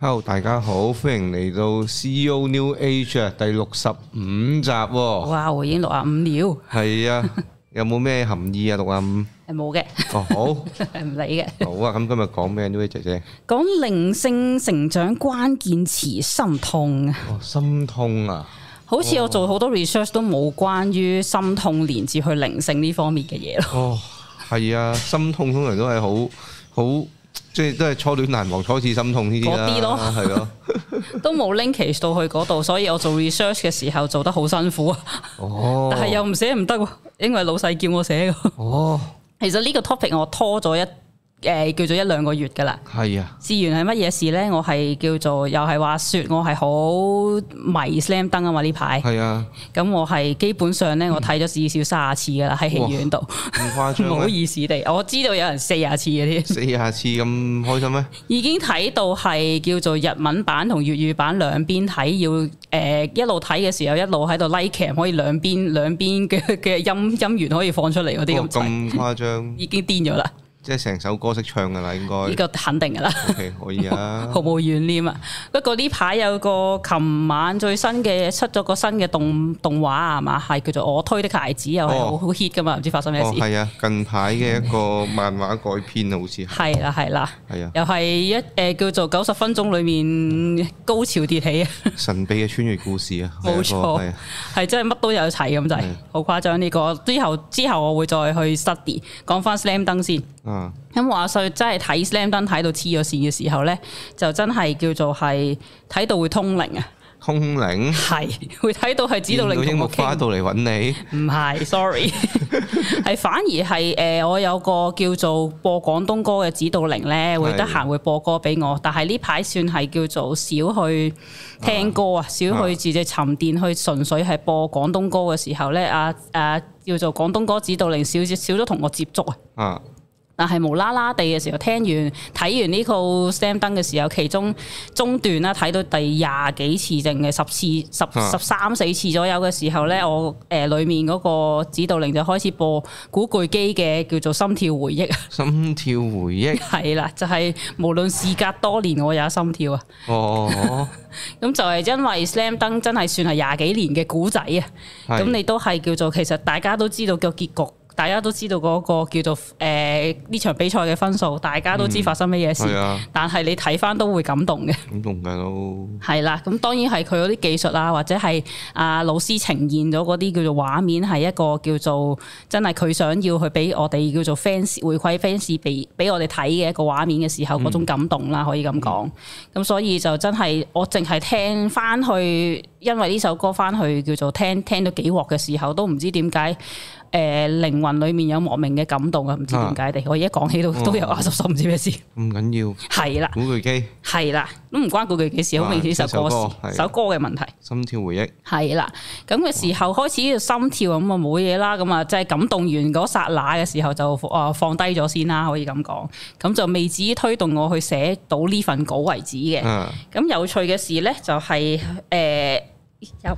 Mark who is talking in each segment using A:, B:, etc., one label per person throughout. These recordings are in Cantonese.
A: Hello，大家好，歡迎嚟到 CEO E New Age 啊，第六十五集喎。
B: 哇！我已經六啊五了，
A: 係 啊，有冇咩含義啊？六啊五。
B: 係冇嘅，
A: 哦，好，
B: 唔理嘅。
A: 好啊。咁今日講咩？New Age 姐姐。
B: 講靈性成長關鍵詞心痛啊，
A: 哦，心痛啊。
B: 好似我做好多 research 都冇關於心痛連接去靈性呢方面嘅 嘢咯。
A: 哦，係啊，心痛通常都係好好，即係都係初戀難忘、初次心痛呢啲啦。
B: 嗰啲咯
A: 係咯。
B: 都冇 linkage 到去嗰度，所以我做 research 嘅時候做得好辛苦啊，
A: 哦。
B: 但係又唔寫唔得喎，因為老細叫我寫嘅。
A: 哦，
B: 其實呢個 topic 我拖咗一誒、叫做一兩個月㗎啦。
A: 係啊。
B: 事源係乜嘢事呢？我係叫做又係話説我係好迷 slam 燈啊嘛呢排。
A: 係啊，
B: 咁我係基本上咧，我睇咗至少卅次噶啦喺戲院度，
A: 嗯咁誇
B: 唔
A: 張
B: 好
A: 咩？
B: 意思地，我知道有人四廿次 嘅添，
A: 四廿次咁開心咩？
B: 已經睇到係叫做日文版同粵語版兩邊睇，要誒、呃一路睇嘅時候一路喺度 like cam 可以兩邊兩邊嘅嘅音音源可以放出嚟嗰啲
A: 哦
B: 咁滯，
A: 咁誇張，
B: 已經癲咗啦，
A: 即係成首歌識唱㗎啦，應該
B: 呢。個肯定噶啦。
A: OK，可以啊。
B: 毫無懸念啊！不過呢排有個琴晚最新嘅出咗個新嘅動動畫啊嘛，係叫做《我推的孩子》，又係好
A: 哦
B: 好 hit 噶嘛，唔知發生咩
A: 哦，
B: 事。
A: 係啊，近排嘅一個漫畫改編啊，好 似係
B: 係啦，係啦。
A: 係啊，
B: 又係一誒、呃叫做九十分鐘裏面高潮迭起啊，
A: 神秘嘅穿越故事啊，
B: 冇
A: 係一個
B: 錯
A: 係啊
B: 係真係乜都有齊咁滯
A: 係，
B: 好誇張呢、個。之後之後我會再去 study 講翻 slam dunk 先。
A: 啊，
B: 咁話說真係睇 slam dunk 睇到黐咗線嘅時候呢，就真係叫做係睇到會通靈啊，
A: 空靈，
B: 係 會睇到係指導
A: 見
B: 靈
A: 櫻
B: 同
A: 木
B: 我
A: 花
B: 傾。
A: 到嚟揾你，
B: 唔係，sorry，係反而係誒、呃我有個叫做播廣東歌嘅指導靈咧，會
A: 係
B: 得閒會播歌俾我，但係呢排算係叫做少去聽歌啊，少去自己沉澱，去純粹係播廣東歌嘅時候咧，啊啊叫做廣東歌指導靈少少咗同我接觸啊。
A: 啊，
B: 但係無啦啦地嘅時候，聽完睇完呢個 stem 燈嘅時候，其中中段啦，睇到第廿幾次定係十次、
A: 啊
B: 十十三四次左右嘅時候呢，我誒、呃、裡面嗰個指導靈就開始播古巨基嘅叫做《心跳回憶》 啊，
A: 心跳回憶，
B: 係啦，就係、無論事隔多年，我也心跳啊！
A: 哦，
B: 咁就係因為 slam 燈真係算係廿幾年嘅古仔啊！ 咁
A: 係
B: 你都係叫做其實大家都知道個結局，大家都知道嗰個叫做誒呢場比賽嘅分數，大家都知發生乜嘢事。
A: 係啊，
B: 但係你睇翻都會感動嘅，
A: 咁動㗎都，
B: 係啦。咁當然係佢嗰啲技術啊，或者係啊老師呈現咗嗰啲叫做畫面，係一個叫做真係佢想要去俾我哋叫做 fans 回饋 fans 俾俾我哋睇嘅一個畫面嘅時候，嗰種感動啦，可以咁講。咁所以就真係我淨係聽翻去，因為呢首歌翻去叫做聽聽到幾鑊嘅時候，都唔知點解。誒、靈魂裡面有莫名嘅感動啊！唔知點解地，我而家講起都都有阿叔叔唔知咩事，
A: 唔緊要，
B: 係啦。
A: 古巨基
B: 係啦，都唔關古巨基事，好明顯首歌
A: 啊即係首歌係
B: 事，首歌嘅問題。
A: 心跳回憶，
B: 係啦，咁嘅時候開始心跳咁啊冇嘢啦，咁啊即係感動完嗰剎那嘅時候就啊放低咗先啦，可以咁講。咁就未至於推動我去寫到呢份稿為止嘅。
A: 啊，
B: 咁有趣嘅事呢，就係、誒有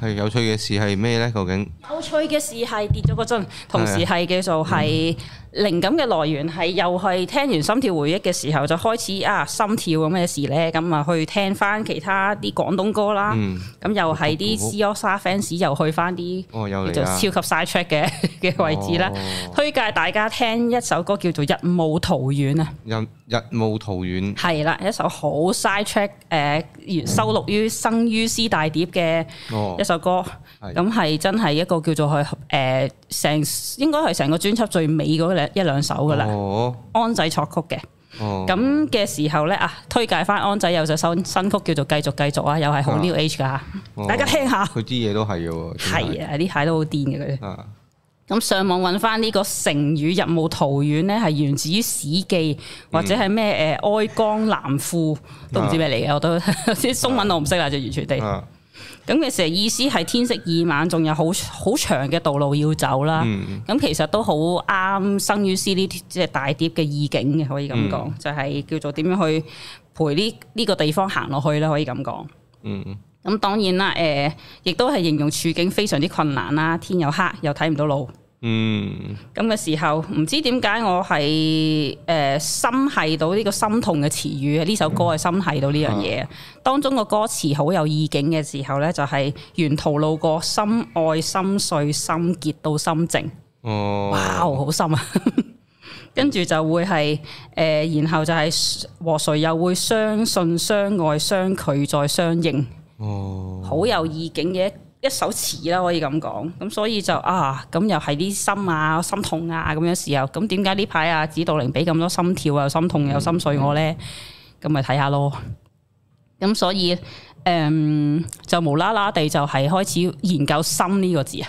A: 係有趣嘅事係咩咧？究竟
B: 有趣嘅事係跌咗個樽，同時係叫做係靈感嘅來源係又係聽完心跳回憶嘅時候就開始啊心跳咁嘅事呢。咁啊去聽翻其他啲廣東歌啦。
A: 嗯，
B: 咁又係啲 C o s a fans 又去翻啲
A: 哦又
B: 叫
A: 嚟
B: 做
A: 啦
B: 超級 side track 嘅嘅位置啦，
A: 哦
B: 推介大家聽一首歌叫做《日暮途遠》啊，
A: 日日暮途遠，
B: 係啦，一首好 side track 誒、原收錄於生於斯大碟嘅
A: 哦
B: 一，首歌，
A: 係
B: 咁係真係一個叫做係誒成應該係成個專輯最尾嗰兩一兩首噶啦，
A: 哦，
B: 安仔作曲嘅。
A: 哦，
B: 咁嘅時候呢，啊，推介翻安仔有隻新新曲叫做《繼續繼續》啊，又係好
A: 啊
B: new age 噶，
A: 哦
B: 大家聽下。
A: 佢啲嘢都係嘅喎，真係
B: 係啊，呢排都好癲嘅佢哋。
A: 啊，
B: 咁上網揾翻呢個成語入墓桃園咧，係源自於《史記》或
A: 嗯
B: 者係咩誒哀江南賦，都唔知咩嚟嘅。我都 啲中文我唔識啦，就完全地。咁
A: 啊，
B: 嘅時候意思係天色已晚，仲有好好長嘅道路要走啦。
A: 嗯。
B: 咁其實都好啱生於斯呢啲即係大碟嘅意境嘅，可以咁講，就係叫做點樣去陪呢呢個地方行落去啦，可以咁講。
A: 嗯，
B: 咁當然啦，誒、亦都係形容處境非常之困難啦，天又黑，又睇唔到路，
A: 嗯，
B: 咁嘅時候，唔知點解我係誒、呃深係到呢個心痛嘅詞語啊！呢首歌係深係到呢樣嘢啊。當中個歌詞好有意境嘅時候呢，就係、沿途路過，心愛、心碎、心結到心靜，
A: 哦，
B: 哇！好深啊！ 跟住就會係誒、呃然後就係、和誰又會相信、相愛、相拒再相應。
A: 哦，
B: 好有意境嘅一一首詞啦，可以咁講。咁所以就啊，咁又係啲心啊、心痛啊咁樣時候，咁點解呢排啊指導靈俾咁多心跳又心痛又
A: 嗯
B: 心碎我呢？咁咪睇下咯。咁所以誒、嗯就無啦啦地就係開始研究心呢個字啊，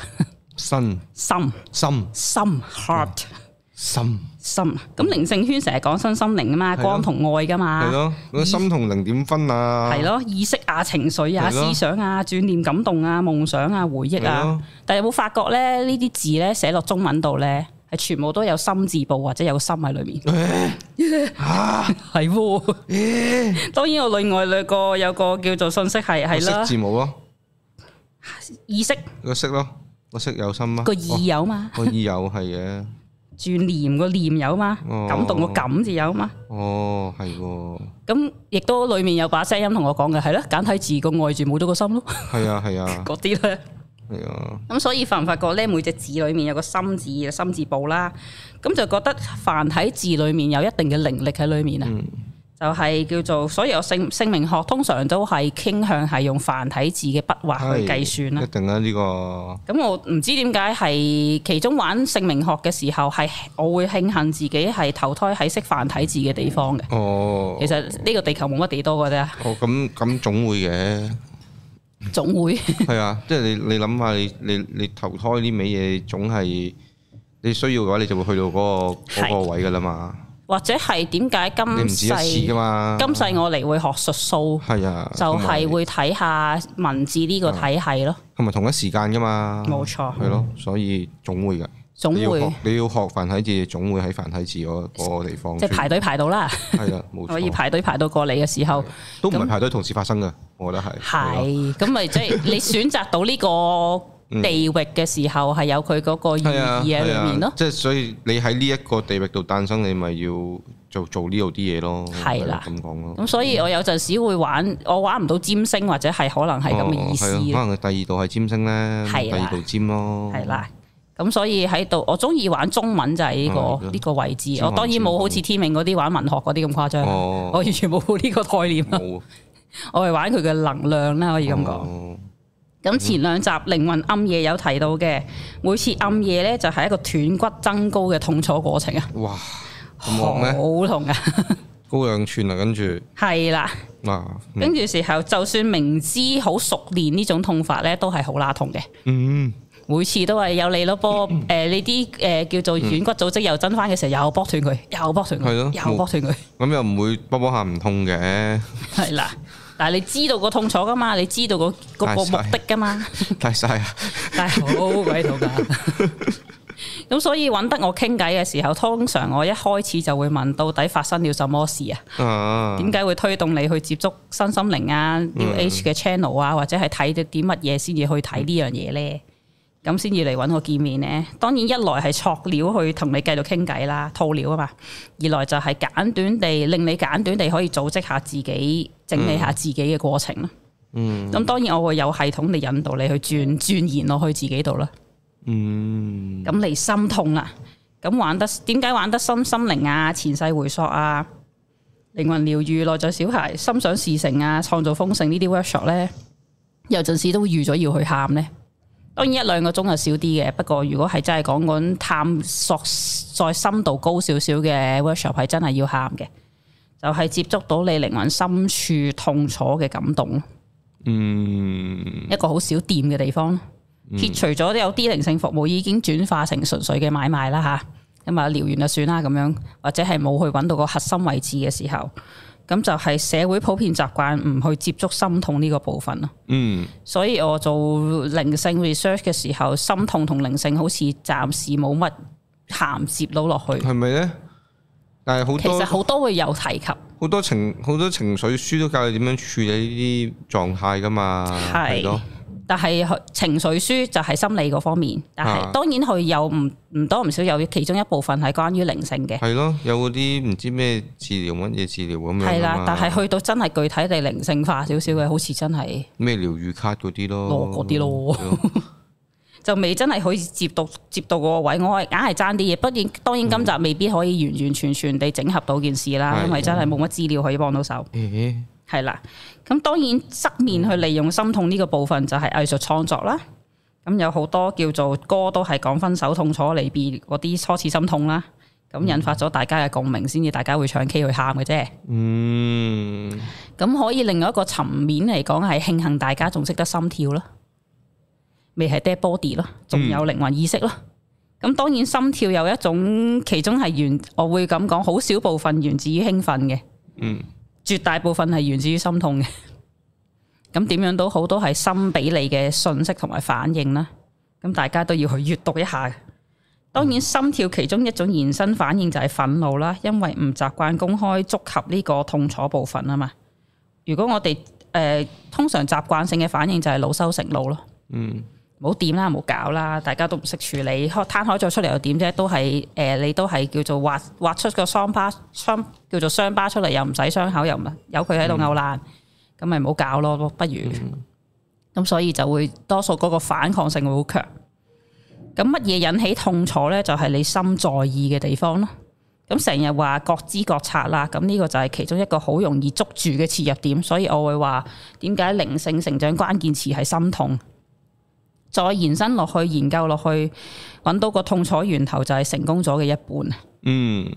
A: 身
B: 心
A: 心
B: 心 heart
A: 嗯心
B: 心。咁靈性圈成日講身心靈啊嘛，
A: 係咯
B: 光同愛噶嘛。
A: 係啊咯，咁心同靈點分啊？
B: 啊嗯係咯，意識啊、情緒啊、
A: 係咯
B: 思想啊、轉念、感動啊、夢想啊、回憶
A: 係
B: 啊
A: 咯。
B: 但係有冇發覺咧？呢啲字咧寫落中文度咧，係全部都有心字部或者有個心 喺裏面。
A: 啊，
B: 係喎。當然我另外兩個有個叫做信息係係啦
A: 識，字母咯，
B: 意識
A: 個識咯，個識有心啊，
B: 個意有嘛，
A: 我意有係嘅，
B: 轉念個念有嘛
A: 哦，
B: 感動個感字有嘛。
A: 哦係喎，
B: 咁亦都裏面有把聲音同我講嘅係咯，簡體字個愛字冇咗個心咯，
A: 係啊係啊
B: 嗰啲咧。
A: 係啊，
B: 咁所以發唔發覺咧，每隻字裏面有個心字、有心字部啦，咁就覺得繁體字裏面有一定嘅靈力喺裏面啊，
A: 嗯
B: 就係叫做，所以我姓姓名學通常都係傾向係用繁體字嘅筆畫啊去
A: 係
B: 計算啦
A: 一。定啊呢個
B: 咁我唔知點解係其中玩姓名學嘅時候係，我會慶幸自己係投胎喺識繁體字嘅地方嘅。
A: 哦
B: 其，實呢個地球冇乜地多嘅啫，
A: 哦咁咁總會嘅。
B: 總會
A: 係啊， 即係你你諗下，你你你投胎呢味嘢，總係你需要嘅話，你就會去到嗰、個
B: 係
A: 嗰個位噶啦嘛。
B: 或者係點解
A: 你唔
B: 今
A: 止
B: 世
A: 一次噶嘛。
B: 今世我嚟會學術數？
A: 係啊，
B: 就係會睇下文字
A: 嗯
B: 呢個體系咯，
A: 同埋同一時間噶嘛。
B: 冇錯
A: 係咯，所以總會噶。
B: 總
A: 嗯你要
B: 會
A: 學你要學繁體字，總會喺繁體字嗰嗰個地方
B: 即
A: 出。
B: 係排隊排到啦，
A: 係啦，冇
B: 可以
A: 錯。
B: 排隊排到過嚟嘅時候，
A: 都唔係排隊同時發生噶，我覺得係。係咯嗯
B: 係咁咪 即係你選擇到呢個地域嘅時候，係有佢嗰個意
A: 係啊，
B: 義喺裏面
A: 係啊
B: 咯，
A: 即係所以你喺呢一個地域度誕生，你咪要做做呢度啲嘢咯。
B: 係啦
A: 咁講咯。
B: 咁所以我有陣時會玩，我玩唔到占星或者係可能係咁嘅意
A: 哦
B: 思
A: 係
B: 咯
A: 啊可哦能佢第二度係尖星咧，
B: 係啦
A: 第二度尖咯，
B: 係啦。咁所以喺度，我中意玩中文就係呢
A: 哦
B: 個呢個位置。
A: 中
B: 我
A: 文
B: 當然冇好似天命嗰啲玩文學嗰啲咁誇張，啊
A: 哦
B: 我完全冇呢個概念。啊
A: 冇
B: 我係玩佢嘅能量啦，可以咁講。
A: 講，
B: 咁前兩集靈魂暗夜有提到嘅，每次暗夜咧就係一個斷骨增高嘅痛楚過程啊，
A: 哇咁
B: 好
A: 惡咩？
B: 痛啊，
A: 高兩寸啊，跟住
B: 係啦，
A: 嗱，
B: 跟住時候就算明知好熟練呢種痛法咧，都係好乸痛嘅，
A: 嗯，
B: 每次都係有你咯噃，誒、你啲誒、叫做軟骨組織又增翻嘅時候，又剝斷佢，又剝斷佢，
A: 係咯
B: 又剝斷佢，
A: 咁又唔會波波下唔痛 嘅，
B: 係啦。但係你知道個痛楚噶嘛？你知道個嗰個目的噶嘛？
A: 大晒啊，
B: 但係好鬼痛噶。咁所以揾得我傾偈嘅時候，通常我一開始就會問到底發生了什麼事啊？
A: 啊，
B: 點解會推動你去接觸身心靈啊、New Age 嘅 channel 啊，或者係睇咗啲乜嘢先至去睇呢樣嘢呢？咁先至嚟揾我見面呢。當然一來係錯料去同你繼續傾偈啦，套料啊嘛；二來就係簡短地令你簡短地可以組織下自己、整理下自己嘅過程啦。
A: 嗯
B: 咁當然我會有系統地引導你去轉轉研落去自己度啦。
A: 嗯
B: 咁嚟心痛啦。咁玩得點解玩得心心靈啊、前世回溯啊、靈魂療愈、內在小孩、心想事成啊、創造豐盛呢啲 workshop 呢，有陣時都會預咗要去喊呢。當然一兩個鐘就少啲嘅，不過如果係真係講緊探索再深度高少少嘅 workshop 係真係要喊嘅，就係、接觸到你靈魂深處痛楚嘅感動咯
A: 嗯，
B: 一個好少掂嘅地方。撇除咗有啲靈性服務已經轉化成純粹嘅買賣啦吓，咁啊聊完就算啦咁樣，或者係冇去揾到個核心位置嘅時候，咁就係社會普遍習慣唔去接觸心痛呢個部分咯。
A: 嗯，
B: 所以我做靈性 research 嘅時候，心痛同靈性好似暫時冇乜銜接到落去。
A: 係咪咧？但係好
B: 其實
A: 多
B: 好多會有提及，
A: 好多情好多情緒書都教你點樣處理呢啲狀態噶嘛，
B: 係
A: 係咯，
B: 但係佢情緒書就係心理嗰方面，但係
A: 啊
B: 當然佢有唔唔多唔少有其中一部分係關於靈性嘅，
A: 係咯，有嗰啲唔知咩治療乜嘢治療咁樣
B: 係
A: 㗎嘛
B: 啦。但係去到真係具體地靈性化少少嘅，好似真係
A: 咩療愈卡嗰啲咯，
B: 攞嗰啲咯
A: 係咯，
B: 就未真係可以接到接到嗰個位，我係硬係爭啲嘢。不然當然今集未必可以完完全全地整合到件事啦，
A: 嗯係嗯
B: 因為真係冇乜資料可以幫到手。
A: 誒
B: 係啦，咁當然側面去利用心痛呢個部分就係藝術創作啦。咁有好多叫做歌都係講分手痛楚離別嗰啲初次心痛啦，咁引發咗大家嘅共鳴，先至大家會唱 K 去喊嘅啫。
A: 嗯，
B: 咁可以另外一個層面嚟講係慶幸大家仲識得心跳啦，未係 dead body 咯，仲有靈魂意識咯。咁當然心跳有一種，其中係源，我會咁講，好少部分源自於興奮嘅，
A: 嗯，
B: 絕大部分係源自於心痛嘅。 咁點樣都好，都係心俾你嘅信息同埋反應啦。咁大家都要去閱讀一下。當然，心跳其中一種延伸反應就係憤怒啦，因為唔習慣公開觸及呢個痛楚部分啊嘛。如果我哋誒、呃通常習慣性嘅反應就係惱羞成怒咯，
A: 嗯，
B: 唔好掂啦，唔好搞啦，大家都唔識處理，開攤開咗出嚟又點啫？都係誒、呃你都係叫做挖挖出個傷疤傷叫做傷疤出嚟，又唔使傷口，又唔由佢喺度嘔爛，咁咪唔好搞咯，不如咁、所以就會多數嗰個反抗性會好強。咁乜嘢引起痛楚呢？就係、你心在意嘅地方咯。咁成日話覺知覺察啦，咁呢個就係其中一個好容易捉住嘅切入點，所以我會話點解靈性成長關鍵詞係心痛。再延伸落去研究落去，揾到個痛楚源頭就係成功咗嘅一半。
A: 嗯，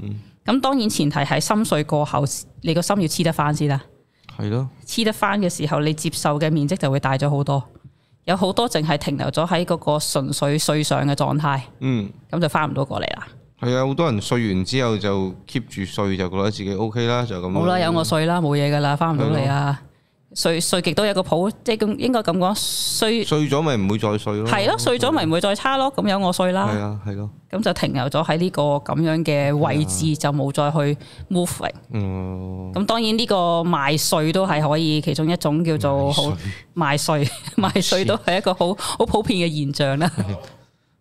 B: 咁當然前提係心碎過後，你個心要黐得翻先啦。
A: 係咯，
B: 黐得翻嘅時候，你接受嘅面積就會大咗好多。有好多淨係停留咗喺嗰個純粹碎上嘅狀態，
A: 嗯。
B: 咁就翻唔到過嚟啦。
A: 係啊，好多人睡完之後就 keep 住睡，就覺得自己 O K 啦，就咁。
B: 好啦，有我碎啦，冇嘢噶啦，翻唔到嚟啊！碎碎極都有個譜，即係咁應該咁講，碎
A: 睡咗咪唔會再睡咯。
B: 係咯，碎咗咪唔會再差咯。咁有我碎啦，
A: 係啊，係咯，
B: 咁就停留咗喺呢個咁樣嘅位置，就冇再去 moving。
A: 嗯，
B: 咁當然呢個賣税都係可以其中一種叫做好賣 税，賣税都係一個好好普遍嘅現象啦。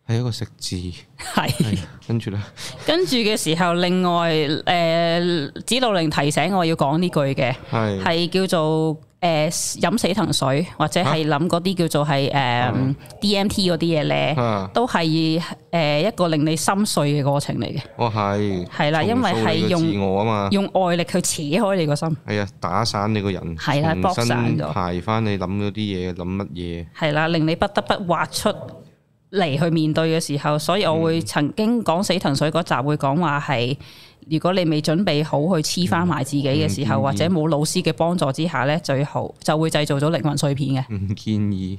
A: 係一個食字，
B: 係
A: 係跟住咧，
B: 跟住嘅時候，另外誒、呃指導令提醒我要講呢句嘅，
A: 係
B: 係叫做誒、呃、飲死藤水，或者係諗嗰啲叫做係誒、呃 DMT 嗰啲嘢咧，
A: 啊，
B: 都係誒、呃一個令你心碎嘅過程嚟嘅，
A: 我係
B: 係啦因為
A: 重塑你嘅
B: 係用
A: 自我啊嘛，
B: 用外力去扯開你個心。
A: 係啊，打散你個人，
B: 係啦
A: 重新
B: 剝散咗
A: 排翻你諗嗰啲嘢，諗乜嘢？
B: 係啦，令你不得不挖出嚟去面對嘅時候，所以我
A: 嗯
B: 會曾經講死藤水嗰集會講話係，如果你未準備好去黐翻埋自己嘅時候，
A: 嗯
B: 或者冇老師嘅幫助之下呢，最好就會製造咗靈魂碎片嘅。
A: 唔建議，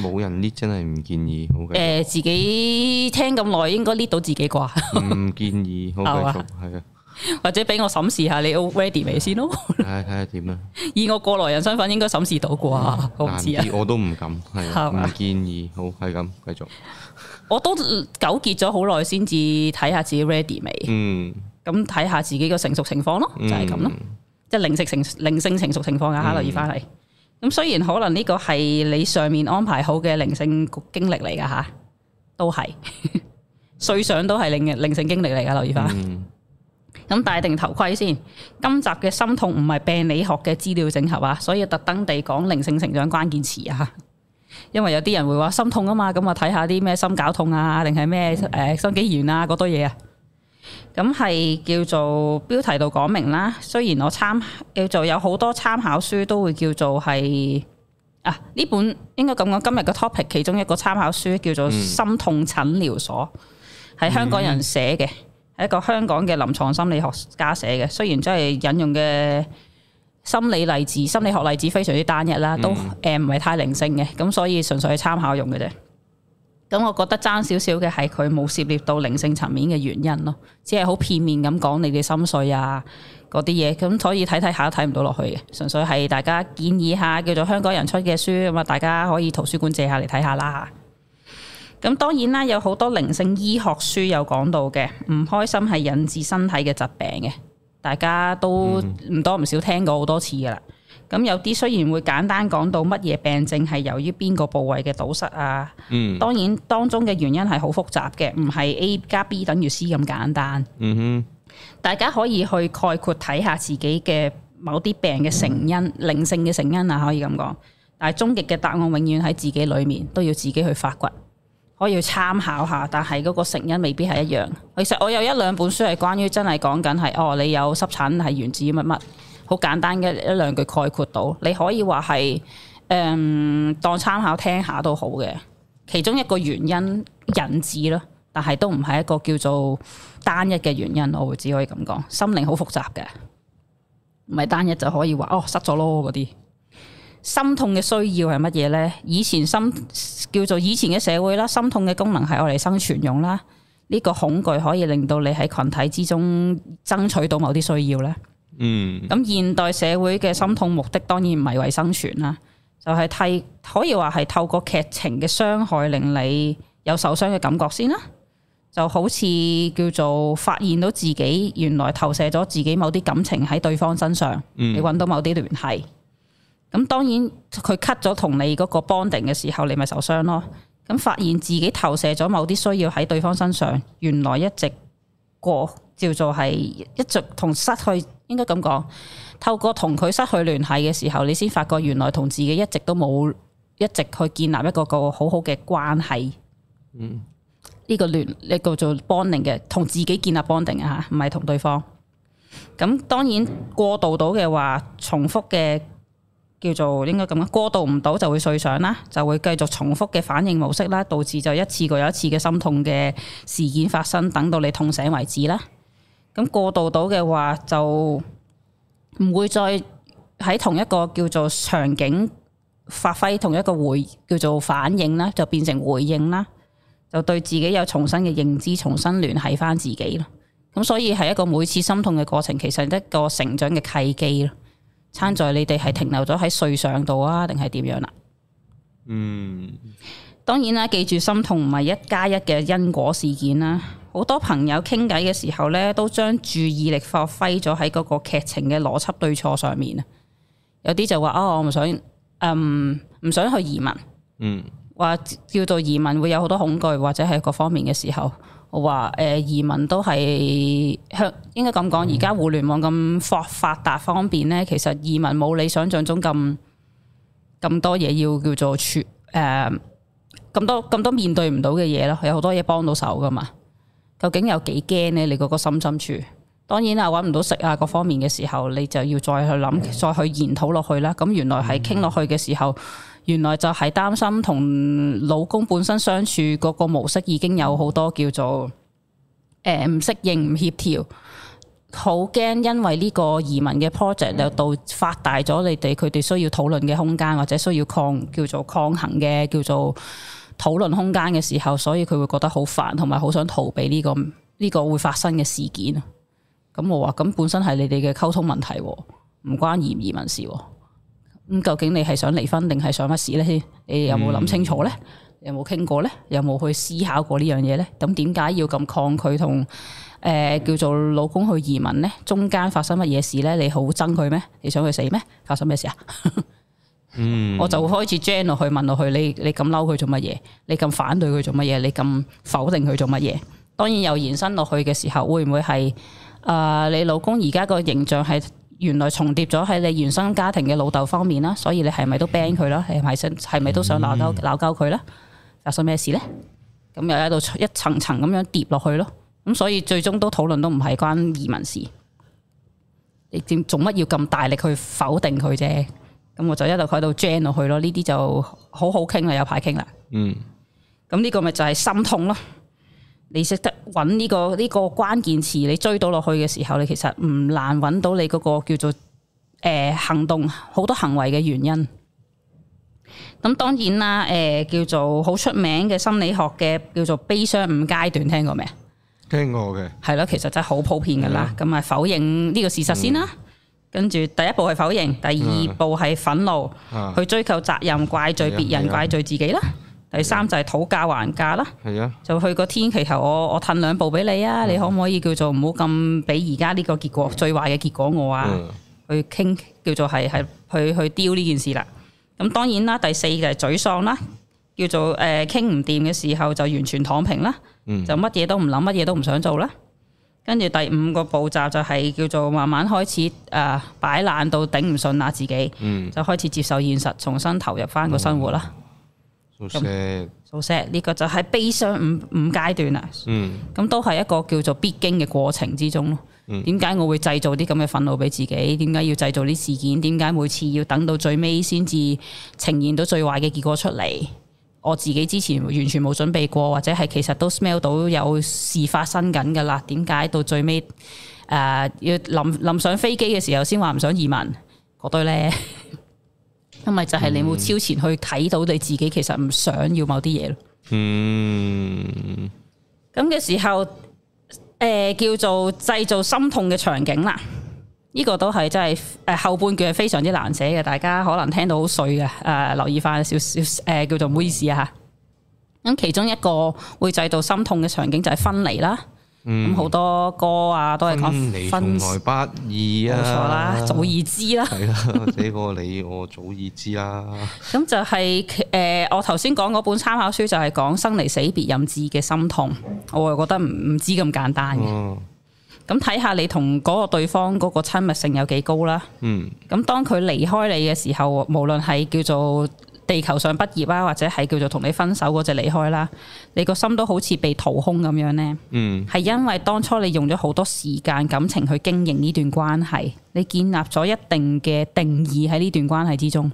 A: 冇人 lift 真係唔建議，好
B: 誒、
A: 嘅，
B: 呃自己聽咁耐應該 lead 到自己啩，
A: 唔建議，好
B: 啊
A: 繼續，係啊，
B: 或者俾我審視下你 ready 未先咯。
A: 睇下睇下點啦，
B: 以我過來人身份應該審視到啩，我唔
A: 難
B: 知啊。
A: 啲我都唔敢，係啊
B: 係嘛
A: 唔建議，好係咁繼續，
B: 我都呃糾結咗好耐先至睇下自己 ready 未，
A: 嗯。
B: 咁睇下自己個成熟情況咯，就係咁咯。即係零食成靈性成熟情況下，
A: 嗯
B: 哈留意翻嚟。咁雖然可能呢個係你上面安排好嘅靈性經歷嚟噶吓，都係 碎想都係靈嘅靈性經歷嚟噶，留意翻。
A: 嗯，
B: 咁戴定頭盔先。今集嘅心痛唔係病理學嘅資料整合啊，所以特登地講靈性成長關鍵詞啊。因為有啲人會話心痛啊嘛，咁啊睇下啲咩心絞痛啊，定係咩誒心肌炎啊嗰堆嘢啊。咁係叫做標題度講明啦。雖然我參叫做有好多參考書都會叫做係啊呢本應該咁講，今日嘅 topic 其中一個參考書叫做《心痛診療所》，係香港人寫嘅，係一個香港嘅臨床心理學家寫嘅。雖然真係引用嘅心理例子、心理學例子非常之單一啦，都誒唔係太靈性嘅，咁所以純粹係參考用嘅啫。咁我覺得爭少少嘅係佢冇涉獵到靈性層面嘅原因咯，只係好片面咁講你哋心碎啊嗰啲嘢，咁所以睇睇下都睇唔到落去嘅，純粹係大家建議下叫做香港人出嘅書咁啊，大家可以圖書館借下嚟睇下啦。咁當然啦，有好多靈性醫學書有講到嘅，唔開心係引致身體嘅疾病嘅，大家都唔多唔少聽過好多次噶啦。咁有啲雖然會簡單講到乜嘢病症係由於邊個部位嘅堵塞啊，
A: 嗯
B: 當然當中嘅原因係好複雜嘅，唔係 A 加 B 等於 C 咁簡單。
A: 嗯
B: 大家可以去概括睇下自己嘅某啲病嘅成因、靈性嘅成因啊，可以咁講。但係終極嘅答案永遠喺自己裡面，都要自己去發掘，可以去參考下。但係嗰個成因未必係一樣。其實我有一兩本書係關於真係講緊係哦，你有濕疹係源自於乜乜，好簡單嘅一兩句概括到。你可以話係誒當參考聽下都好嘅。其中一個原因引致咯，但係都唔係一個叫做單一嘅原因，我會只可以咁講。心靈好複雜嘅，唔係單一就可以話哦失咗咯嗰啲。心痛嘅需要係乜嘢呢？以前心叫做以前嘅社會啦，心痛嘅功能係我嚟生存用啦。呢、個恐懼可以令到你喺群體之中爭取到某啲需要呢。
A: 哼，嗯
B: 咁現代社會嘅心痛目的當然唔係為生存啦，就係、替可以話係透過劇情嘅傷害令你有受傷嘅感覺先啦。就好似叫做發現到自己原來投射咗自己某啲感情喺對方身上，你
A: 嗯
B: 揾到某啲聯繫。咁當然佢 cut 咗同你嗰個 bonding 嘅時候，你咪受傷咯。咁發現自己投射咗某啲需要喺對方身上，原來一直過叫做係一直同失去，應該咁講。透過同佢失去聯繫嘅時候，你先發覺原來同自己一直都冇一直去建立一個個好好嘅關係。
A: 嗯
B: 呢個聯呢個做 bonding 嘅，同自己建立 bonding 啊嚇，唔係同對方。咁當然過渡到嘅話，重複嘅叫做應該咁樣，過渡唔到就會碎上啦，就會繼續重複嘅反應模式啦，導致就一次過有一次嘅心痛嘅事件發生，等到你痛醒為止啦。咁過渡到嘅話，就唔會再喺同一個叫做場景發揮同一個回叫做反應啦，就變成回應啦。就對自己有重新嘅認知，重新聯繫翻自己咯。咁所以係一個每次心痛嘅過程，其實一個成長嘅契機咯。撐在你哋係停留咗喺碎上度啊，定係點樣啦？
A: 嗯
B: 當然啦，記住心痛唔係一加一嘅因果事件啦。好多朋友傾偈嘅時候呢，都將注意力發揮咗喺嗰個劇情嘅邏輯對錯上面啊。有啲就話：哦，我唔想，嗯，唔想去移民。
A: 嗯
B: 話叫做移民會有好多恐懼或者係各方面嘅時候，我話誒、呃移民都係香應該咁講，而家互聯網咁發發達方便咧，其實移民冇你想象中咁咁多嘢要叫做處誒咁多咁多面對唔到嘅嘢咯，有好多嘢幫到手噶嘛。究竟有幾驚咧？你嗰個心深處，當然啦，揾唔到食啊，各方面嘅時候，你就要再去諗，再去研討落去啦。咁原來係傾落去嘅時候。原來就係擔心同老公本身相處嗰個模式已經有好多叫做誒唔適應、唔協調，好驚因為呢個移民嘅 project 又到發大咗你哋佢哋需要討論嘅空間，或者需要抗叫做抗衡嘅叫做討論空間嘅時候，所以佢會覺得好煩，同埋好想逃避呢、個呢、個會發生嘅事件。咁我話咁本身係你哋嘅溝通問題喎，唔關移唔移民事喎。咁究竟你係想離婚定係想乜事呢？先？你哋有冇諗清楚呢？有冇傾過呢？有冇去思考過呢樣嘢呢？咁點解要咁抗拒同誒、呃叫做老公去移民呢？中間發生乜嘢事呢？你好憎佢咩？你想佢死咩？發生咩事啊？
A: 嗯
B: 我就開始 jam 落去問落去，你你咁嬲佢做乜嘢？你咁反對佢做乜嘢？你咁否定佢做乜嘢？當然又延伸落去嘅時候，會唔會係啊、你老公而家個形象係原來重疊咗喺你原生家庭嘅老豆方面啦，所以你係咪都 ban 佢啦？係咪想係咪都想鬧交鬧交佢啦？發生咩事呢？咁又喺度一層層咁樣疊落去咯。咁所以最終都討論都唔係關移民事。你點做乜要咁大力去否定佢啫？咁我就一路喺度 jam 落去咯。呢啲就好好傾啦，有排傾啦。
A: 嗯
B: 咁呢個咪就係心痛咯。你識得揾呢、個呢、個關鍵詞，你追到落去嘅時候，你其實唔難揾到你嗰個叫做誒、呃行動好多行為嘅原因。咁當然啦，誒、叫做好出名嘅心理學嘅叫做悲傷五階段，聽過未啊？
A: 聽過嘅，
B: 係咯，其實真係好普遍噶啦。嗯咁啊，否認呢個事實先啦。跟住第一步係否認，第二步係憤怒，
A: 啊
B: 去追究責任、怪罪別
A: 係啊係
B: 人、
A: 啊
B: 怪罪自己啦。第三就係討價還價啦，
A: 係啊，
B: 就去個天其後我我褪兩
A: 嗯
B: 步俾你啊，你可唔可以叫做唔好咁俾而家呢個結果最壞嘅結果我啊？
A: 嗯
B: 去去傾叫做係係去去丟呢件事啦。咁當然啦，第四就係沮喪啦，叫做誒傾唔掂嘅時候就完全躺平啦，
A: 嗯
B: 就乜嘢都唔諗，乜嘢都唔想做啦。跟住第五個步驟就係叫做慢慢開始誒、呃、擺爛到頂唔順啦，自己
A: 嗯
B: 就開始接受現實，重新投入翻個生活啦。
A: ，so sad，
B: So sad 呢個就係悲傷五五階段啊啦。
A: 嗯
B: 咁都係一個叫做必經嘅過程之中咯。點解我會製造啲咁嘅憤怒俾自己？點解要製造啲事件？點解每次要等到最尾先至呈現到最壞嘅結果出嚟？我自己之前完全冇準備過，或者係其實都 smell 到有事發生緊㗎啦。點解到最尾誒、呃要臨臨上飛機嘅時候先話唔想移民嗰堆呢？ 因為就係你冇超前去睇到你自己其實唔想要某啲嘢咯。
A: 嗯
B: 咁嘅時候，誒、叫做製造心痛嘅場景啦。呢、個都係真係誒後半句係非常之難寫嘅，大家可能聽到好碎嘅誒、留意翻少少誒叫做唔好意思啊嚇。咁其中一個會製造心痛嘅場景就係分離啦。咁好、多歌啊都係
A: 分
B: 講
A: 離
B: 分
A: 嗯從
B: 冇
A: 來不易啊，
B: 錯啦，早已 知啦。
A: 係啦，這個你我早已知啊啦，
B: 咁就係、誒、我頭先講嗰本參考書就係講生離死別任知嘅心痛，我又覺得唔唔知咁簡單嘅。
A: 嗯
B: 咁睇下你同嗰個對方嗰個親密性有幾高啦。
A: 嗯
B: 咁當佢離開你嘅時候，無論係叫做地球上畢業啊，或者係叫做同你分手嗰隻離開啦，你個心都好似被掏空咁樣呢。
A: 嗯
B: 係因為當初你用咗好多時間感情去經營呢段關係，你建立咗一定嘅定義喺呢段關係之中。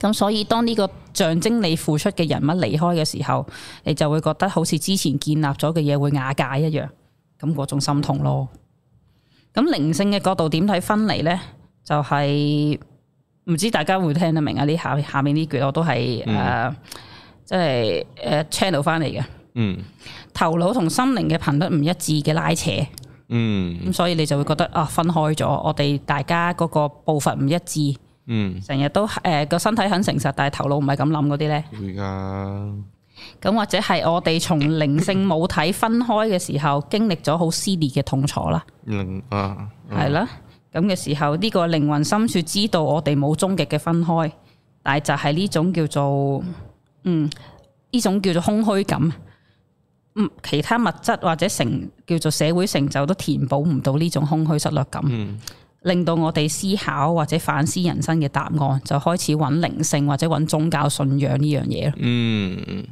B: 咁所以當呢個象徵你付出嘅人物離開嘅時候，你就會覺得好似之前建立咗嘅嘢會瓦解一樣，咁嗰種心痛咯。咁靈性嘅角度點睇分離呢？就係、唔知大家會聽得明啊？呢下下面呢句我都係誒，即係誒 channel 翻嚟嘅。
A: 嗯
B: 頭腦同心靈嘅頻率唔一致嘅拉扯，咁
A: 嗯
B: 所以你就會覺得啊分開咗，我哋大家嗰個步伐唔一致，
A: 嗯，
B: 成日都誒個、身體很誠實，但係頭腦唔係咁諗嗰啲呢。
A: 會㗎，
B: 咁或者係我哋從靈性母體分開嘅時候，經歷咗好撕裂嘅痛楚啦，
A: 零啊，嗯
B: 係啦、咁嘅時候，呢、個靈魂深處知道我哋冇終極嘅分開，但係就係呢種叫做嗯呢種叫做空虛感。嗯其他物質或者成叫做社會成就都填補唔到呢種空虛失落感，
A: 嗯
B: 令到我哋思考或者反思人生嘅答案，就開始揾靈性或者揾宗教信仰呢樣嘢咯
A: 嗯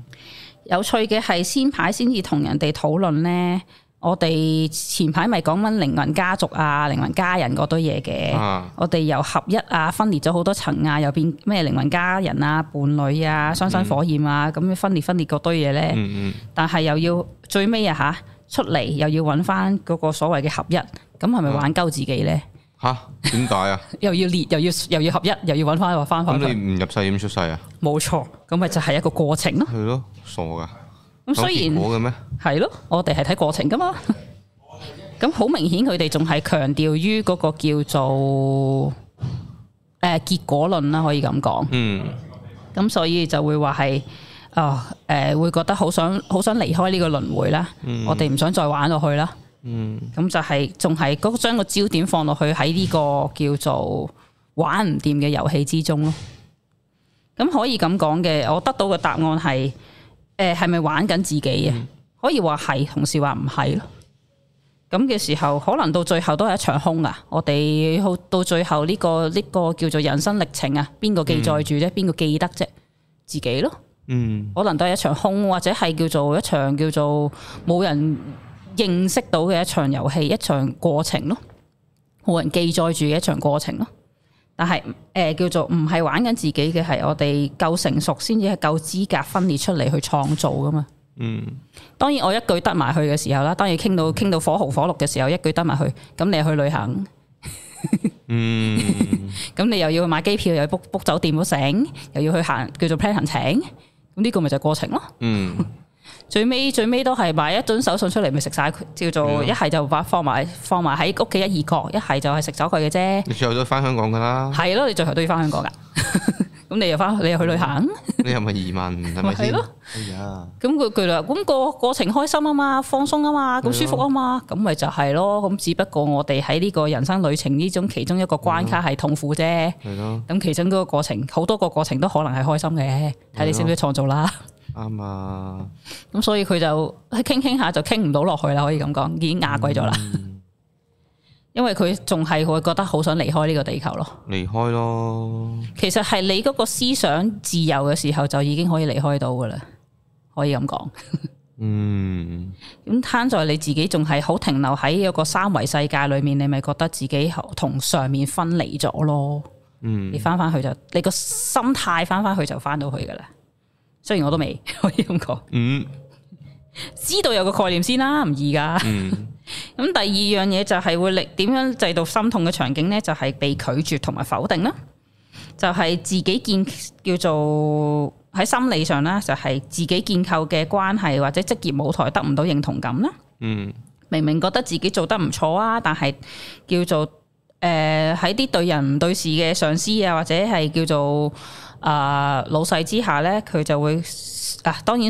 B: 有趣嘅係先排先至同人哋討論呢。我哋前排咪講緊靈魂家族啊、靈魂家人嗰堆嘢嘅，
A: 啊
B: 我哋由合一啊分裂咗好多層啊，又變咩靈魂家人啊、伴侶啊、雙生火焰啊，咁、樣分裂分裂嗰堆嘢呢。
A: 嗯嗯
B: 但係又要最尾啊吓出嚟又要揾翻嗰個所謂嘅合一，咁係
A: 啊
B: 咪玩鳩自己呢？
A: 吓點解 啊？
B: 又要裂，又要又要合一，又要揾翻話翻
A: 咁
B: 翻
A: 你
B: 佢，
A: 唔入世點出世啊？
B: 冇錯，咁咪就係一個過程咯。
A: 係咯，傻㗎，
B: 咁雖然
A: 有結。果嘅咩？
B: 係咯，我哋係睇過程噶嘛。咁好明顯，佢哋仲係強調於嗰個叫做诶、呃、结果論啦，可以咁講。
A: 嗯
B: 咁所以就會話係啊诶，会觉得好想好想離開呢個輪迴啦。我哋唔想再玩落去啦。
A: 嗯。
B: 咁就係仲係嗰將個焦點放落去喺呢個叫做玩唔掂嘅遊戲之中咯。咁可以咁講嘅，我得到嘅答案係誒係咪玩緊自己啊？可以話係，同時話唔係咯。咁嘅時候，可能到最後都係一場空啊！我哋好到最後呢、個呢、個叫做人生歷程啊，邊個記載住啫？邊個記得啫？自己咯。
A: 嗯
B: 可能都係一場空，或者係叫做一場叫做冇人認識到嘅一場遊戲，一場過程咯，冇人記載住嘅一場過程咯。但係誒、呃叫做唔係玩緊自己嘅，係我哋夠成熟先至係夠資格分裂出嚟去創造噶嘛。
A: 嗯
B: 當然我一句得埋去嘅時候啦，當然傾到傾到火紅火綠嘅時候，一句得埋去，咁你又去旅行，
A: 嗯
B: 咁你又要買機票，又要 book book 酒店嗰成，又要去行叫做 plan 行程，咁呢個咪就係過程咯。
A: 嗯
B: 最尾最尾都係買一樽手信出嚟，咪食晒佢，叫做一係啊就把放埋放埋喺屋企一二角，一係就係食走佢嘅啫。
A: 你最後都翻香港㗎啦。
B: 係咯，你最後都要翻香港噶。咁咁你又翻你又去旅行，
A: 你係咪移民係咪
B: 咪係
A: 先？
B: 咯
A: 哎呀，
B: 咁佢佢啦，咁、個過程開心啊嘛，放鬆啊嘛，咁舒服啊嘛，咁咪就係咯。咁只不過我哋喺呢個人生旅程呢種其中一個關卡係痛苦啫。
A: 係咯，
B: 咁其中嗰個過程，好多個過程都可能係啊開心嘅，睇你識唔識創造啦。
A: 啱啊，
B: 咁所以佢就傾傾下就傾唔到落去啦，可以咁講，已經壓貴咗啦。
A: 嗯
B: 因為佢仲係會覺得好想離開呢個地球咯。
A: 離開咯，
B: 其實係你嗰個思想自由嘅時候，就已經可以離開到噶啦，可以咁講。
A: 嗯，
B: 咁攤在你自己仲係好停留喺一個三維世界裏面，你咪覺得自己同上面分離咗咯。
A: 嗯
B: 你翻翻去就你個心態翻翻去就翻到去噶啦。雖然我都未 可以咁講，
A: 嗯，
B: 知道有個概念先啦，唔易噶。
A: 嗯，
B: 咁第二樣嘢就係會令點樣製造心痛嘅場景呢？就係、被拒絕同埋否定啦，就係、自己建叫做喺心理上啦，就係、自己建構嘅關係或者職業舞台得唔到認同感啦。
A: 嗯，
B: 明明覺得自己做得唔錯啊，但係叫做誒喺啲對人唔對事嘅上司啊，或者係叫做啊、老細之下咧，佢就會啊當然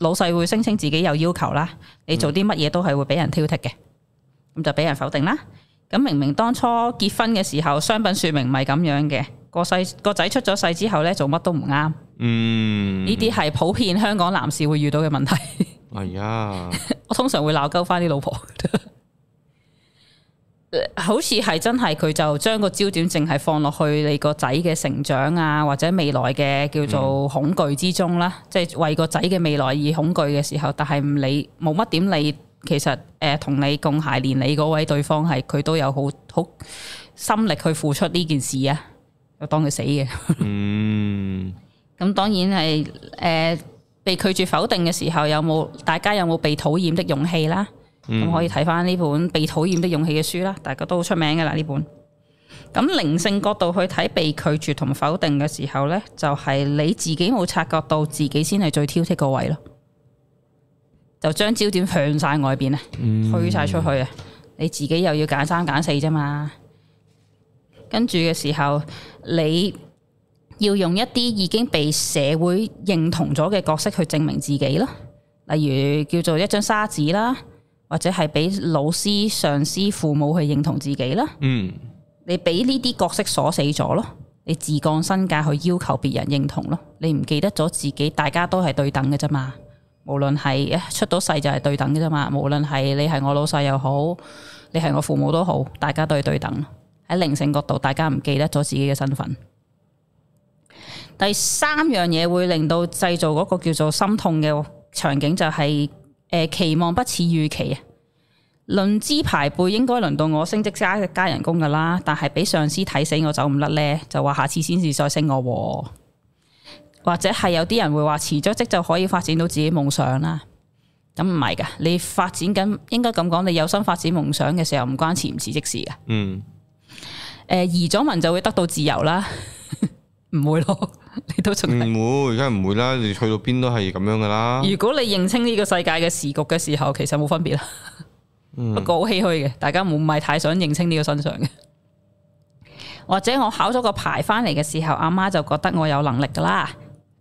B: 老細會聲稱自己有要求啦，你做啲乜嘢都係會俾人挑剔嘅，咁就俾人否定啦。咁明明當初結婚嘅時候，商品説明唔係咁樣嘅，個細個仔出咗世之後咧，做乜都唔啱，
A: 嗯，
B: 呢啲係普遍香港男士會遇到嘅問題。
A: 哎呀，
B: 我通常會鬧鳩翻啲老婆。 呃好似係真係佢就將個焦點淨係放落去你個仔嘅成長啊，或者未來嘅叫做恐懼之中啦，即係為個仔嘅未來而恐懼嘅時候，但係唔理冇乜點理，其實誒同、你共諧連你嗰位對方係佢都有好好心力去付出呢件事啊，就當佢死嘅。
A: 嗯，
B: 咁當然係誒、呃被拒絕否定嘅時候，有冇大家有冇被討厭的勇氣啦？咁、
A: 嗯
B: 可以睇翻呢本《被討厭的勇氣》嘅書啦，大家都好出名噶啦呢本。咁靈性角度去睇被拒絕同否定嘅時候呢，就係、你自己冇察覺到自己先係最挑剔個位咯，就將焦點向晒外邊啊，推晒出去啊，你自己又要揀三揀四啫嘛。跟住嘅時候，你要用一啲已經被社會認同咗嘅角色去證明自己咯，例如叫做一張沙紙啦，或者係俾老師、上司、父母去認同自己啦。
A: 嗯，
B: 你俾呢啲角色鎖死咗咯，你自降身價去要求別人認同咯，你唔記得咗自己大家都係對等嘅啫嘛。無論係一出到世就係對等嘅啫嘛，無論係你係我老細又好，你係我父母都好，大家都係對等。喺靈性角度，大家唔記得咗自己嘅身份。第三樣嘢會令到製造嗰個叫做心痛嘅場景，就係、呃期望不似預期啊。論資排輩應該輪到我升職加加人工噶啦，但係俾上司睇死我走唔甩呢，就話下次先至再升我喎。或者係有啲人會話辭咗職就可以發展到自己夢想啦，咁唔係噶，你發展緊應該咁講，你有心發展夢想嘅時候唔關辭唔辭職事噶。
A: 嗯，
B: 誒移咗民就會得到自由啦， 唔會咯，你都
A: 嗯
B: 仲係。
A: 唔會，梗係唔會啦，你去到邊都係咁樣噶啦，
B: 如果你認清呢個世界嘅時局嘅時候，其實冇分別啦。
A: 嗯
B: 不過好唏噓嘅，大家冇唔係太想認清呢個身上嘅。或者我考咗個牌翻嚟嘅時候，阿媽就覺得我有能力噶啦，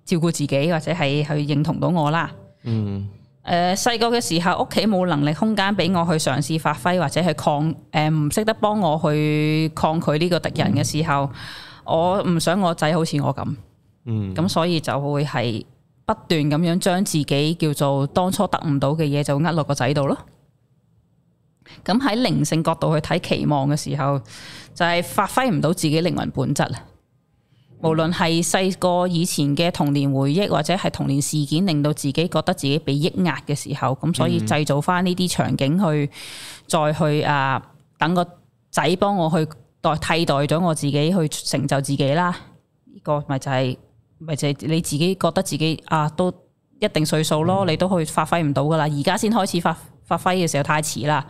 B: 照顧自己或者係去認同到我啦。
A: 嗯，
B: 誒細個嘅時候，屋企冇能力空間俾我去嘗試發揮，或者係抗誒唔識得幫我去抗拒呢個敵人嘅時候，我唔想我仔好似我咁。
A: 嗯，
B: 咁所以就會係不斷咁樣將自己叫做當初得唔到嘅嘢就呃落個仔度咯。咁喺靈性角度去睇期望嘅時候，就係、發揮唔到自己靈魂本質啊！無論係細個以前嘅童年回憶，或者係童年事件，令到自己覺得自己被抑壓嘅時候，咁所以製造翻呢啲場景去，再去啊等個仔幫我去代替代咗我自己去成就自己啦。呢、個咪就係、咪就係你自己覺得自己啊都一定歲數咯，你都去發揮唔到噶啦，而家先開始發發揮嘅時候太遲啦。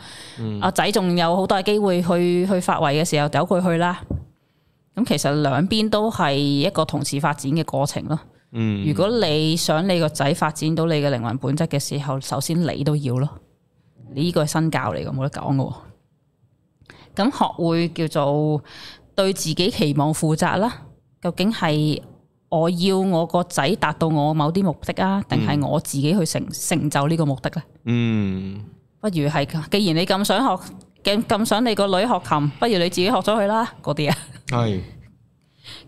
B: 阿仔仲有好大機會去去發圍嘅時候，由佢去啦。咁其實兩邊都係一個同時發展嘅過程咯。
A: 嗯，
B: 如果你想你個仔發展到你嘅靈魂本質嘅時候，首先你都要咯。你呢個係身教嚟嘅，冇得講嘅喎。咁學會叫做對自己期望負責啦。究竟係我要我個仔達到我某啲目的啊，定係我自己去成成就呢個目的呢？
A: 嗯，
B: 不如係，既然你咁想學，咁咁想你個女學琴，不如你自己學咗佢啦，嗰啲啊。
A: 係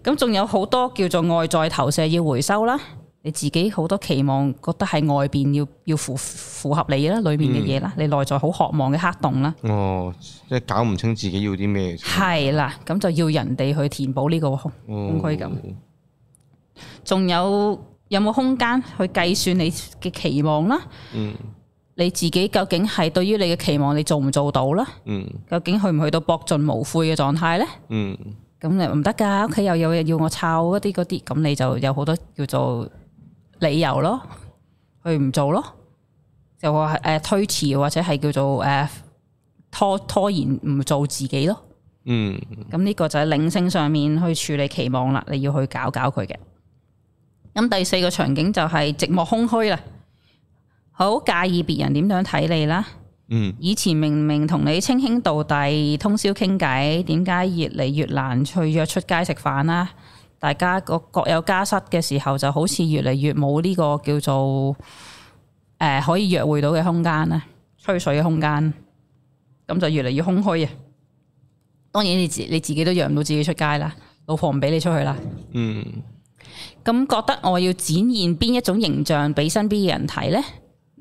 B: 咁仲有好多叫做外在投射要回收啦，你自己好多期望覺得係外邊要要符符合你啦，裡面嘅嘢啦，你內在好渴望嘅黑洞啦，
A: 哦，即係搞唔清自己要啲咩。
B: 係啦，咁就要人哋去填補呢個空
A: 哦
B: 空虛感。仲有有冇空間去計算你嘅期望啦？
A: 嗯
B: 你自己究竟係對於你嘅期望，你做唔做到啦？
A: 嗯
B: 究竟去唔去到博盡無悔嘅狀態呢？
A: 嗯
B: 咁你唔得㗎，屋企又有嘢要我抄嗰啲嗰啲，咁你就有好多叫做理由咯，去唔做咯，就話誒、呃推遲或者係叫做誒、呃拖拖延唔做自己咯。
A: 嗯
B: 咁呢個就係靈性上面去處理期望啦，你要去搞搞佢嘅。咁第四個場景就係寂寞空虛啦，好介意別人點樣睇你啦。
A: 嗯
B: 以前明明同你稱兄道弟，通宵傾偈，點解越嚟越難去約出街食飯啦？大家各各有家室嘅時候，就好似越嚟越冇呢個叫做誒、呃可以約會到嘅空間啦，吹水嘅空間，咁就越嚟越空虛啊！當然你自你自己都約唔到自己出街啦，老婆唔俾你出去啦。
A: 嗯
B: 咁覺得我要展現邊一種形象俾身邊嘅人睇呢？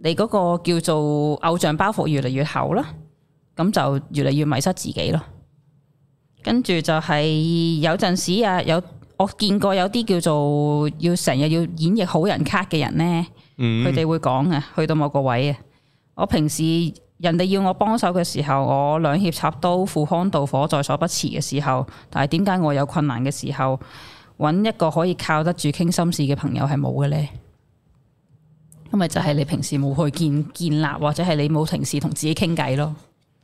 B: 你嗰個叫做偶像包袱越嚟越厚啦，咁就越嚟越迷失自己咯。跟住就係有陣時啊，有我見過有啲叫做要成日要演繹好人卡嘅人呢，
A: 嗯，
B: 佢哋會講啊，去到某個位啊，我平時人哋要我幫手嘅時候，我兩肋插刀、赴湯蹈火、在所不辭嘅時候，但係點解我有困難嘅時候，揾一個可以靠得住傾心事嘅朋友係冇嘅呢？因為就係你平時冇去建建立，或者係你冇平時同自己傾偈咯。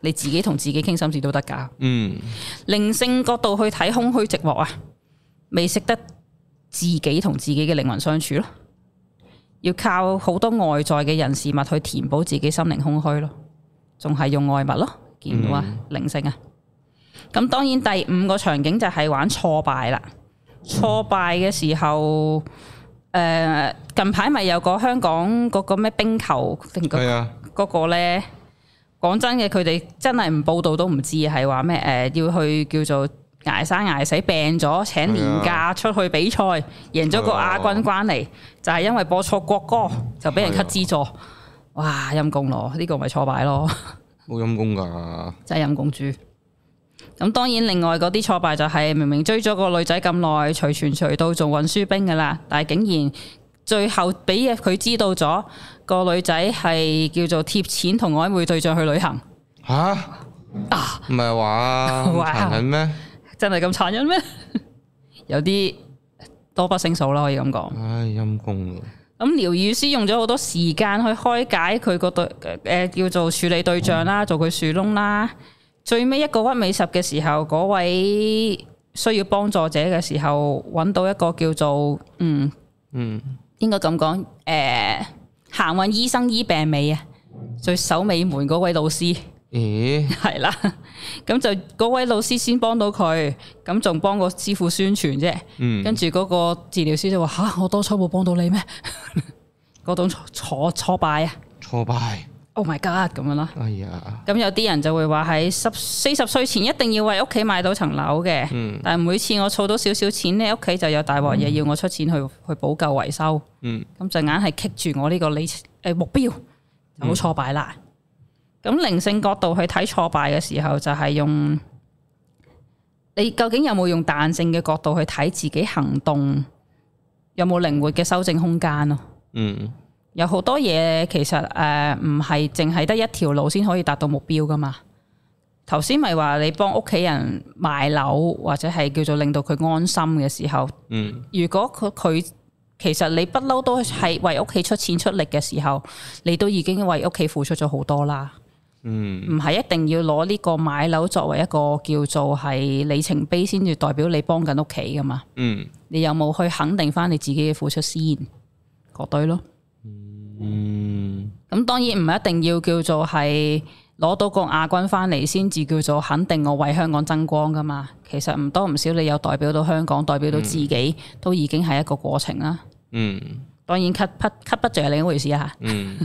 B: 你自己同自己傾心事都得㗎。
A: 嗯
B: 靈性角度去睇空虛寂寞啊，未識得自己同自己嘅靈魂相處咯，要靠好多外在嘅人事物去填補自己心靈空虛咯，仲係用外物咯，見到啊靈性啊。咁當然第五個場景就係玩挫敗啦，挫敗嘅時候。誒、近排咪有個香港嗰個咩冰球定個
A: 係啊，
B: 嗰個咧，講真嘅，佢哋真係唔報道都唔知係話咩誒，要去叫做捱生捱死，病咗請年假
A: 啊
B: 出去比賽，贏咗個亞軍關嚟，就係因為播錯國歌就俾人
A: 係啊
B: cut 資助，哇陰公咯，呢、個咪挫敗咯，
A: 好陰功㗎。
B: 真係陰公豬。咁當然，另外嗰啲挫敗就係明明追咗個女仔咁耐，隨傳隨到做運輸兵噶啦，但係竟然最後俾佢知道咗個女仔係叫做貼錢同曖昧對象去旅行。
A: 吓？唔係話咁
B: 啊 哇
A: 殘忍咩？
B: 真係咁殘忍咩？ 有啲多不勝數啦，可以咁講。
A: 唉，陰公啊！
B: 咁療愈師用咗好多時間去開解佢個對誒、呃叫做處理對象啦，做佢樹窿啦。最尾一個屈尾十嘅時候，嗰位需要幫助者嘅時候，揾到一個叫做嗯
A: 嗯
B: 應該咁講誒行運醫生醫病尾啊，最守尾門嗰位老師。
A: 咦？
B: 係啦，咁就嗰位老師先幫到佢，咁仲幫個師傅宣傳啫。
A: 嗯
B: 跟住嗰個治療師就話：吓，我當初冇幫到你咩？嗰種挫挫敗啊
A: 挫敗。
B: ！Oh my god 咁樣啦。
A: 哎呀，
B: 咁有啲人就會話喺十四十歲前一定要為屋企買到層樓嘅，
A: 嗯
B: 但係每次我儲到少少錢呢，屋企就有大鑊嘢要我出錢去去補救維修。
A: 嗯
B: 咁就硬係棘住我呢個理誒目標，
A: 嗯
B: 就好挫敗啦。咁靈性角度去睇挫敗嘅時候，就係用你究竟有冇用彈性嘅角度去睇自己行動，有冇靈活嘅修正空間咯？
A: 嗯
B: 有好多嘢其實誒唔係淨係得一條路先可以達到目標噶嘛。頭先咪話你幫屋企人買樓或者係叫做令到佢安心嘅時候，
A: 嗯
B: 如果佢佢其實你不嬲都係為屋企出錢出力嘅時候，你都已經為屋企付出咗好多啦。
A: 嗯
B: 唔係一定要攞呢個買樓作為一個叫做係里程碑先至代表你幫緊屋企噶嘛？
A: 嗯
B: 你有冇去肯定翻你自己嘅付出先？嗰堆咯。
A: 嗯
B: 咁當然唔一定要叫做係誒、攞到個亞軍翻嚟，先至叫做肯定我為香港爭光噶嘛。其實唔多唔少，你有代表到香港，代表到自己，都已經係一個過程啦。
A: 嗯
B: 當然咳不咳不著係另一回事啊。
A: 嗯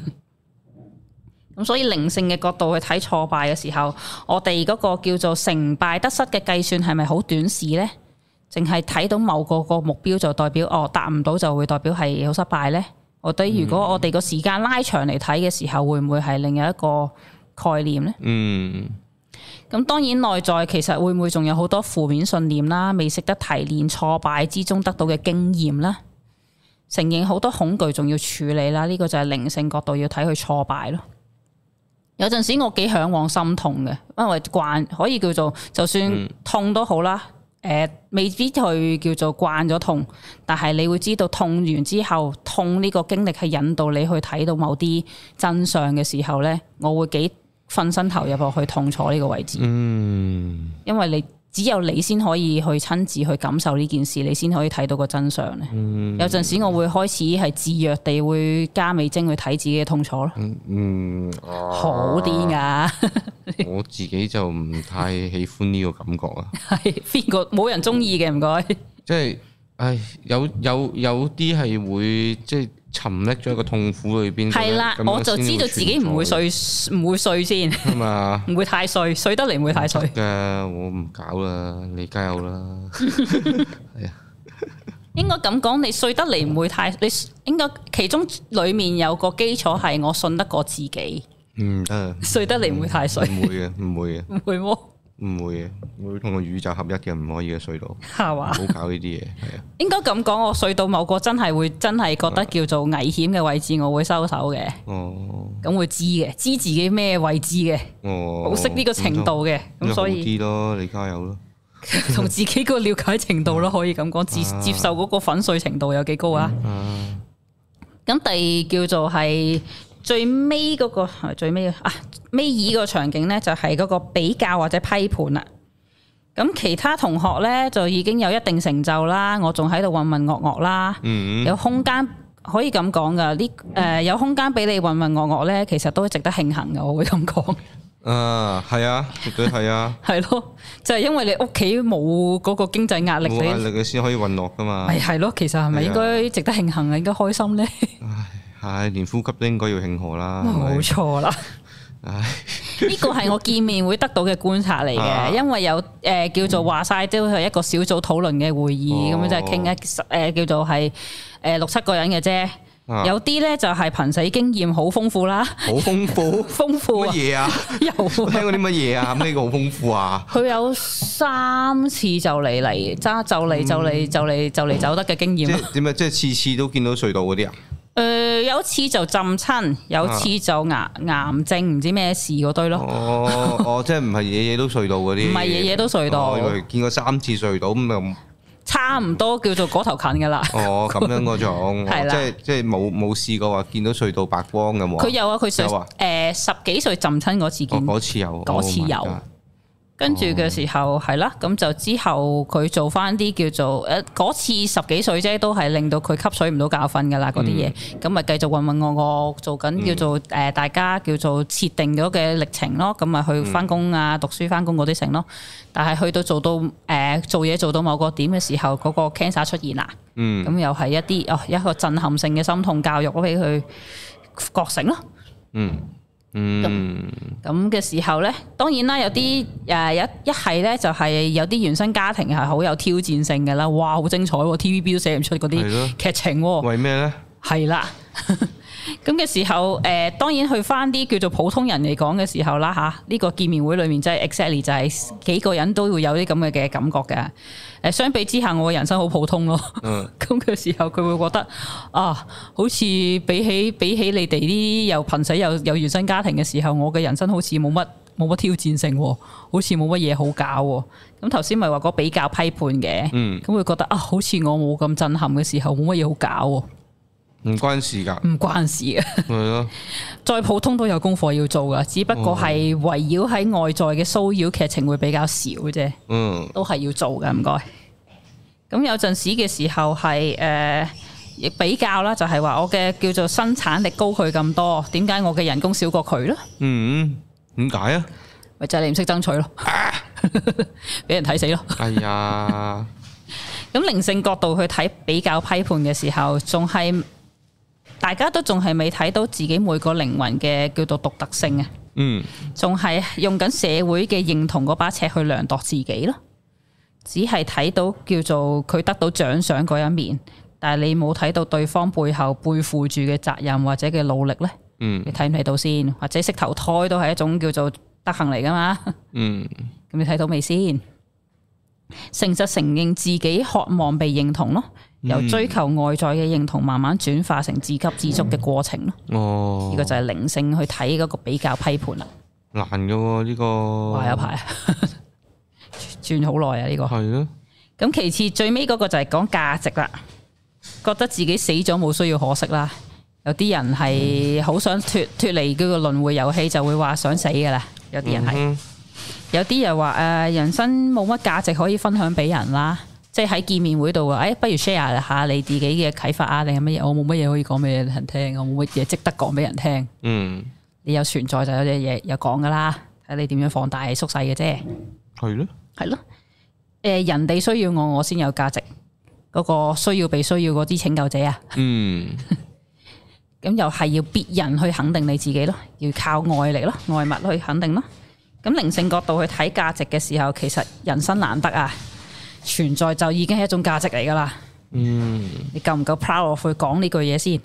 B: 咁所以靈性嘅角度去睇挫敗嘅時候，我哋嗰個叫做成敗得失嘅計算係咪好短視呢？淨係睇到某個個目標就代表哦達唔到就會代表係好失敗呢？我哋如果我哋個時間拉長嚟睇嘅時候，會唔會係另一個概念呢？
A: 嗯
B: 咁當然內在其實會唔會仲有好多負面信念啦，未識得提煉挫敗之中得到嘅經驗啦，承認好多恐懼仲要處理啦，呢、個就係靈性角度要睇佢挫敗咯。有陣時我幾向往心痛嘅，因為慣可以叫做就算痛都好啦，誒、未必去叫做慣咗痛，但係你會知道痛完之後，痛呢個經歷係引導你去睇到某啲真相嘅時候呢，我會幾瞓身投入落去痛楚呢個位置。
A: 嗯
B: 因為你只有你先可以去親自去感受呢件事，你先可以睇到個真相咧。
A: 嗯
B: 有陣時我會開始係自虐地會加味精去睇自己嘅痛楚咯，
A: 嗯，啊
B: 好癲 噶，
A: 我自己就唔太喜歡呢個感覺啊。
B: 係邊個冇人中意嘅唔該，
A: 即係，唉，有有有啲係會即係沉溺咗喺個痛苦裏邊。
B: 係啦
A: 咁，樣
B: 我就知道自己唔會
A: 先會
B: 碎，唔會碎先，
A: 存在㗎嘛。
B: 唔會太碎，碎得嚟唔會 太碎。
A: 嘅我唔搞啦，你加油啦。
B: 應該咁講，你碎得嚟唔會太，你應該其中裡面有個基礎係我信得過自己，
A: 唔得，
B: 碎得嚟唔會太碎，
A: 唔會嘅，唔會嘅，
B: 唔會喎，
A: 唔會嘅，會同個宇宙合一嘅，唔可以嘅隧道，唔
B: 係嘛？
A: 好搞呢 啲嘢，係啊，
B: 應該咁講，我隧到某個真係會真係覺得叫做危險嘅位置，我會收手嘅，
A: 哦，
B: 咁會知嘅，知自己咩位置嘅，
A: 哦，
B: 好識呢個程度嘅，
A: 咁就
B: 咁
A: 好
B: 所以
A: 啲咯，你加油咯，
B: 同自己個了解程度咯，可以咁講，接
A: 啊
B: 接受嗰個粉碎程度有幾高啊？
A: 啊，
B: 咁第二叫做係最尾嗰、個係最尾啊尾二個場景呢，就係嗰個比較或者批判啦。咁其他同學呢，就已經有一定成就啦，我仲喺度渾渾噩噩啦。
A: 嗯，
B: 有空間可以咁講噶，呢誒有空間俾你混混噩噩咧，其實都值得慶幸嘅，我會咁講，
A: 啊，係啊，絕對係 啊，
B: 係咯，就係、因為你屋企冇嗰個經濟壓力，
A: 冇壓
B: 你
A: 力嘅先可以運落噶嘛，
B: 咪係咯，其實係咪
A: 係啊
B: 應該值得慶幸啊？應該開心咧，
A: 唉，連呼吸都應該要慶賀啦， 係咪
B: 冇錯啦。
A: 唉，
B: 呢個係我見面會得到嘅觀察嚟
A: 啊
B: 嘅，因為有誒、呃叫做話晒都係一個小組討論嘅會議，咁
A: 哦
B: 樣就係傾一誒、呃叫做係誒六七個人嘅啫。
A: 啊
B: 有啲咧就係憑死經驗好豐富啦，
A: 好豐富，
B: 豐
A: 乜
B: 富啊，
A: 嘢啊？
B: 有啊
A: 我聽過啲乜嘢啊？咩叫好豐富 啊？
B: 佢有三次就嚟嚟揸就嚟就嚟就嚟就嚟走得嘅經
A: 嗯即
B: 驗。誒、
A: 係點啊？即係次次都見到隧道嗰 啲啊？
B: 有一次就浸親，有一次就癌
A: 啊
B: 癌症，唔知咩事嗰堆咯。
A: 哦哦，即係唔係嘢嘢都隧道嗰啲？
B: 唔係嘢嘢都隧道
A: 哦我以為見過三次隧道咁就
B: 差唔多叫做嗰頭近㗎啦。
A: 哦 咁樣嗰種，
B: 係
A: 哦
B: 啦
A: 即係即係冇冇試過話見到隧道白光咁喎。
B: 佢有啊，佢上
A: 有啊
B: 誒十幾歲浸親嗰次
A: 哦
B: 見，
A: 嗰次有，
B: 嗰次
A: Oh my
B: 有
A: God
B: 跟住嘅時候係啦，咁就之後佢做翻啲叫做誒嗰次十幾歲啫，都係令到佢吸取唔到教訓㗎啦嗰啲嘢，咁咪繼續混混噩噩做緊叫做誒大家叫做設定咗嘅歷程咯，咁咪去翻工啊、讀書翻工嗰啲成咯，但係去到做到誒做嘢做到某個點嘅時候，嗰個 cancer 出現啦，
A: 嗯
B: 咁又係一啲哦一個震撼性嘅心痛教育俾佢覺醒咯。
A: 嗯嗯
B: 咁嘅時候呢，當然啦，有啲誒一一係呢，就係有啲原生家庭係好有挑戰性嘅啦，哇，好精彩喎！TVB 都寫唔出嗰
A: 係咯
B: 啲劇情喎，
A: 為咩咧？
B: 係啦。 咁嘅時候，誒、當然去翻啲叫做普通人嚟講嘅時候啦吓，呢、個見面會裏面真係 exactly 就係幾個人都會有啲咁嘅嘅感覺嘅。誒、相比之下，我嘅人生好普通咯。
A: 嗯
B: 咁嘅時候，佢會覺得啊，好似比起比起你哋呢啲又貧死又有原生家庭嘅時候，我嘅人生好似冇乜冇乜挑戰性喎，好似冇乜嘢好搞喎。咁頭先咪話個比較批判嘅，
A: 嗯，
B: 咁會覺得啊，好似我冇咁震撼嘅時候，冇乜嘢好搞喎，
A: 唔關事 㗎，
B: 唔關事嘅。
A: 係咯，
B: 再普通都有功課要做噶，只不過係圍繞喺外在嘅騷擾劇情會比較少啫。
A: 嗯
B: 都係要做嘅，唔該。咁有陣時嘅時候係誒、呃亦比較啦，就係話我嘅叫做生產力高佢咁多，點解我嘅人工少過佢呢？
A: 嗯點解啊？
B: 咪就係你唔識爭取咯， 俾人睇死咯。
A: 哎 呀，
B: 咁靈性角度去睇比較批判嘅時候，仲係大家都仲係未睇到自己每個靈魂嘅叫做獨特性啊，
A: 嗯，
B: 仲係用緊社會嘅認同嗰把尺去量度自己咯。只係睇到叫做佢得到獎賞嗰一面，但係你冇睇到對方背後背負住嘅責任或者嘅努力呢。
A: 嗯
B: 你睇唔睇到先？或者識投胎都係一種叫做德行嚟噶 嘛？
A: 嗯
B: 咁你睇到未先？誠實承認自己渴望被認同咯，
A: 嗯
B: 由追求外在嘅認同慢慢轉化成自給自足嘅過程咯。
A: 哦
B: 呢、個，就係靈性去睇嗰個比較批判啦。
A: 難嘅喎呢個，
B: 哇，
A: 啊
B: 有排 轉好耐啊！呢、個
A: 係咯，
B: 咁其次最尾嗰個就係講價值啦，覺得自己死咗冇需要可惜啦。有啲人係好想脱脱離嗰個輪迴遊戲，就會話想死噶啦。有啲人係。
A: 嗯
B: 有啲人話誒、呃人生冇乜價值可以分享俾人啦，即係喺見面會度啊，誒、不如 share 下你自己嘅啟發啊，你係乜嘢？我冇乜嘢可以講俾人聽，我冇乜嘢值得講俾人聽。
A: 嗯，
B: 你有存在就有隻嘢有講噶啦，睇你點樣放大縮細嘅啫，
A: 係咯，
B: 係咯。誒、人哋需要我，我先有價值。嗰、個需要被需要嗰啲拯救者啊，
A: 嗯
B: 咁又係要別人去肯定你自己咯，要靠外力咯，外物去肯定咯。咁靈性角度去睇價值嘅時候，其實人生難得啊，存在就已經係一種價值嚟噶啦。
A: 嗯，
B: 你夠唔夠 proud of 去講呢句嘢先？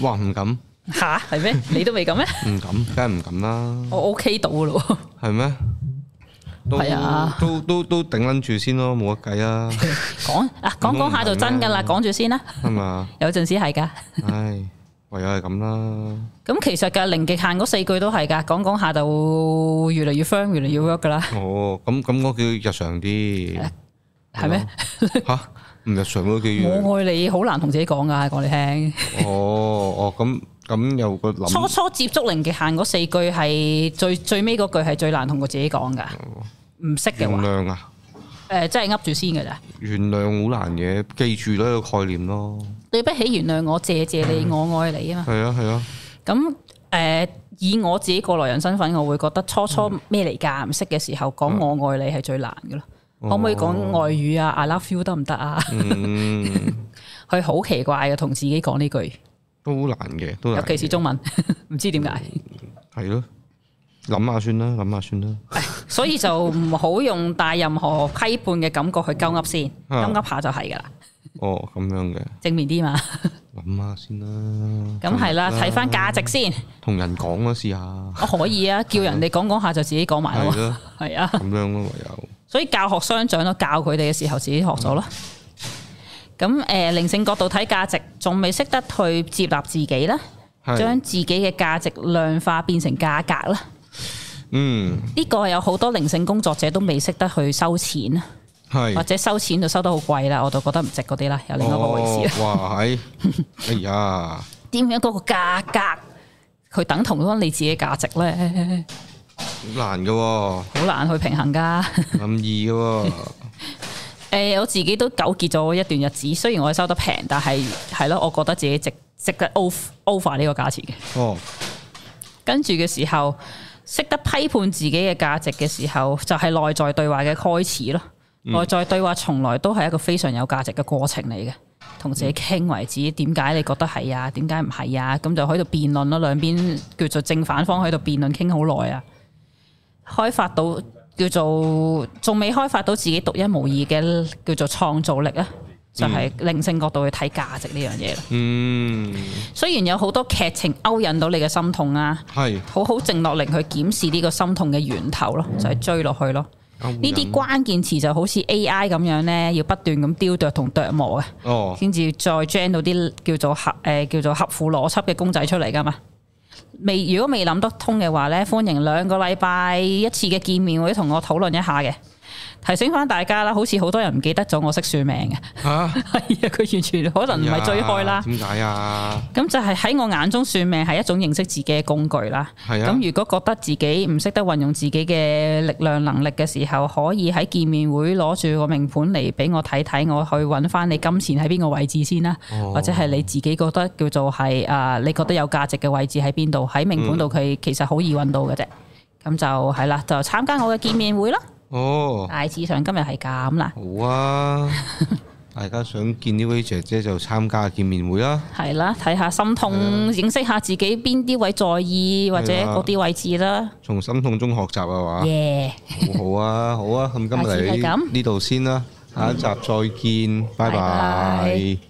A: 哇唔敢唔
B: 吓？係咩？你都未咁咩？
A: 敢，梗係唔敢啦，
B: 我 OK 到噶咯喎，
A: 係咩？都
B: 係啊
A: 都都都頂撚住先咯，冇得計啊，
B: 講啊講講下就真噶啦，講住先啦。
A: 係嘛？
B: 有陣時係噶。
A: 唉，唯有係咁啦，
B: 咁其實嘅零極限嗰四句都係噶，講講下就越嚟越 firm，越嚟越 work 噶啦，
A: 哦，咁咁嗰叫日常啲，
B: 係咩？
A: 吓唔日常嗰叫
B: 我愛你好難同自己講噶，講你聽。
A: 哦哦，咁咁有個
B: 初
A: 諗，
B: 初接觸零極限嗰四句係最最尾嗰句係最難同個自己講噶，唔識嘅
A: 哦原
B: 話，誒、
A: 諒啊，
B: 真係噏住先嘅咋。
A: 原諒好難嘅，記住呢個概念咯，
B: 對不起，原諒我，謝謝你，我愛你啊嘛。
A: 係啊係啊，
B: 咁誒、以我自己過來人身份，我會覺得初
A: 嗯
B: 初咩嚟㗎？唔識嘅時候講我愛你係最難嘅咯。
A: 哦
B: 可唔可以講外語啊？I love you 得唔得啊？
A: 嗯，
B: 佢好奇怪嘅，同自己講呢句，
A: 都好難嘅，都
B: 尤
A: 難
B: 其是
A: 嘅
B: 中文， 唔知點解。
A: 係咯，諗下算啦，諗下算啦，
B: 所以就唔好用帶任何批判嘅感覺去鳩噏先，
A: 啊
B: 鳩噏下就係㗎啦，
A: 哦咁樣嘅，
B: 正 面啲嘛。
A: 諗下先啦，
B: 咁係
A: 啊
B: 啦，睇翻價值先，
A: 同人講啦，試下，
B: 我可以 啊，叫人哋講講下就自己講埋
A: 係
B: 咯，
A: 咯，
B: 係啊，
A: 咁樣咯，唯有，
B: 所以教學相長咯，教佢哋嘅時候自己學咗咯。咁誒、呃靈性角度睇價值，仲未識得去接納自己啦，將
A: 係，
B: 自己嘅價值量化變成價格啦。
A: 嗯，
B: 呢個係有好多靈性工作者都未識得去收錢啊，
A: 係
B: 或。者收錢就收得好貴啦，我就覺得唔值嗰啲啦，有另一個回事啦。
A: 哦哇，係， 哎呀，
B: 點樣嗰個價格，佢等同翻你自己嘅價值呢？
A: 難嘅喎，
B: 好難去平衡㗎。
A: 咁易嘅喎，
B: 誒、我自己都糾結咗一段日子，雖然我係收得平，但係係咯，我覺得自己值值得 over over 呢個價錢嘅。
A: 哦，
B: 跟住嘅時候，識得批判自己嘅價值嘅時候，就係、內在對話嘅開始咯。內在對話從來都係一個非常有價值嘅過程嚟嘅，同自己傾為止。點解你覺得係啊？點解唔係啊？咁就喺度辯論咯，兩邊叫做正反方喺度辯論傾好耐啊。開發到叫做仲未開發到自己獨一無二嘅叫做創造力啊，就係、靈性角度去睇價值呢樣嘢啦。
A: 嗯，
B: 雖然有好多劇情勾引到你嘅心痛啊。
A: 係，
B: 好好靜落嚟去檢視呢個心痛嘅源頭咯，就係、追落去咯。呢
A: 呢
B: 啲，關鍵詞就好似 AI 咁樣呢，要不斷咁雕琢同琢磨啊，
A: 哦，
B: 先至再 gen 到啲叫做合誒、呃叫做合乎邏輯嘅公仔出嚟噶嘛。未如果未諗得通嘅話呢，歡迎兩個禮拜一次嘅見面會同我討論一下嘅。提醒翻大家啦，好似好多人唔記得咗我識算命嘅，
A: 吓，
B: 係啊，佢完全可能唔係追開啦
A: 哎呀。點解啊？
B: 咁就係喺我眼中算命係一種認識自己嘅工具啦。
A: 係啊，
B: 咁如果覺得自己唔識得運用自己嘅力量能力嘅時候，可以喺見面會攞住個命盤嚟俾我睇睇，我去揾翻你金錢喺邊個位置先啦，
A: 哦
B: 或者係你自己覺得叫做係啊，你覺得有價值嘅位置喺邊度？喺命盤度佢其實好易揾到嘅啫。咁就係啦，就參加我嘅見面會啦。
A: 哦，
B: 大致上今日係咁啦，
A: 好啊！大家想見呢位姐姐就參加見面會啦。
B: 係啦，睇下心痛，認識下自己邊啲位在意或者
A: 啊係啦
B: 嗰啲位置啦。
A: 從心痛中學習啊嘛，
B: 耶，
A: 好好啊，好啊，咁今日
B: 下次係
A: 嚟
B: 咁
A: 呢度先啦，下一集再見，拜
B: 拜
A: 拜
B: 拜。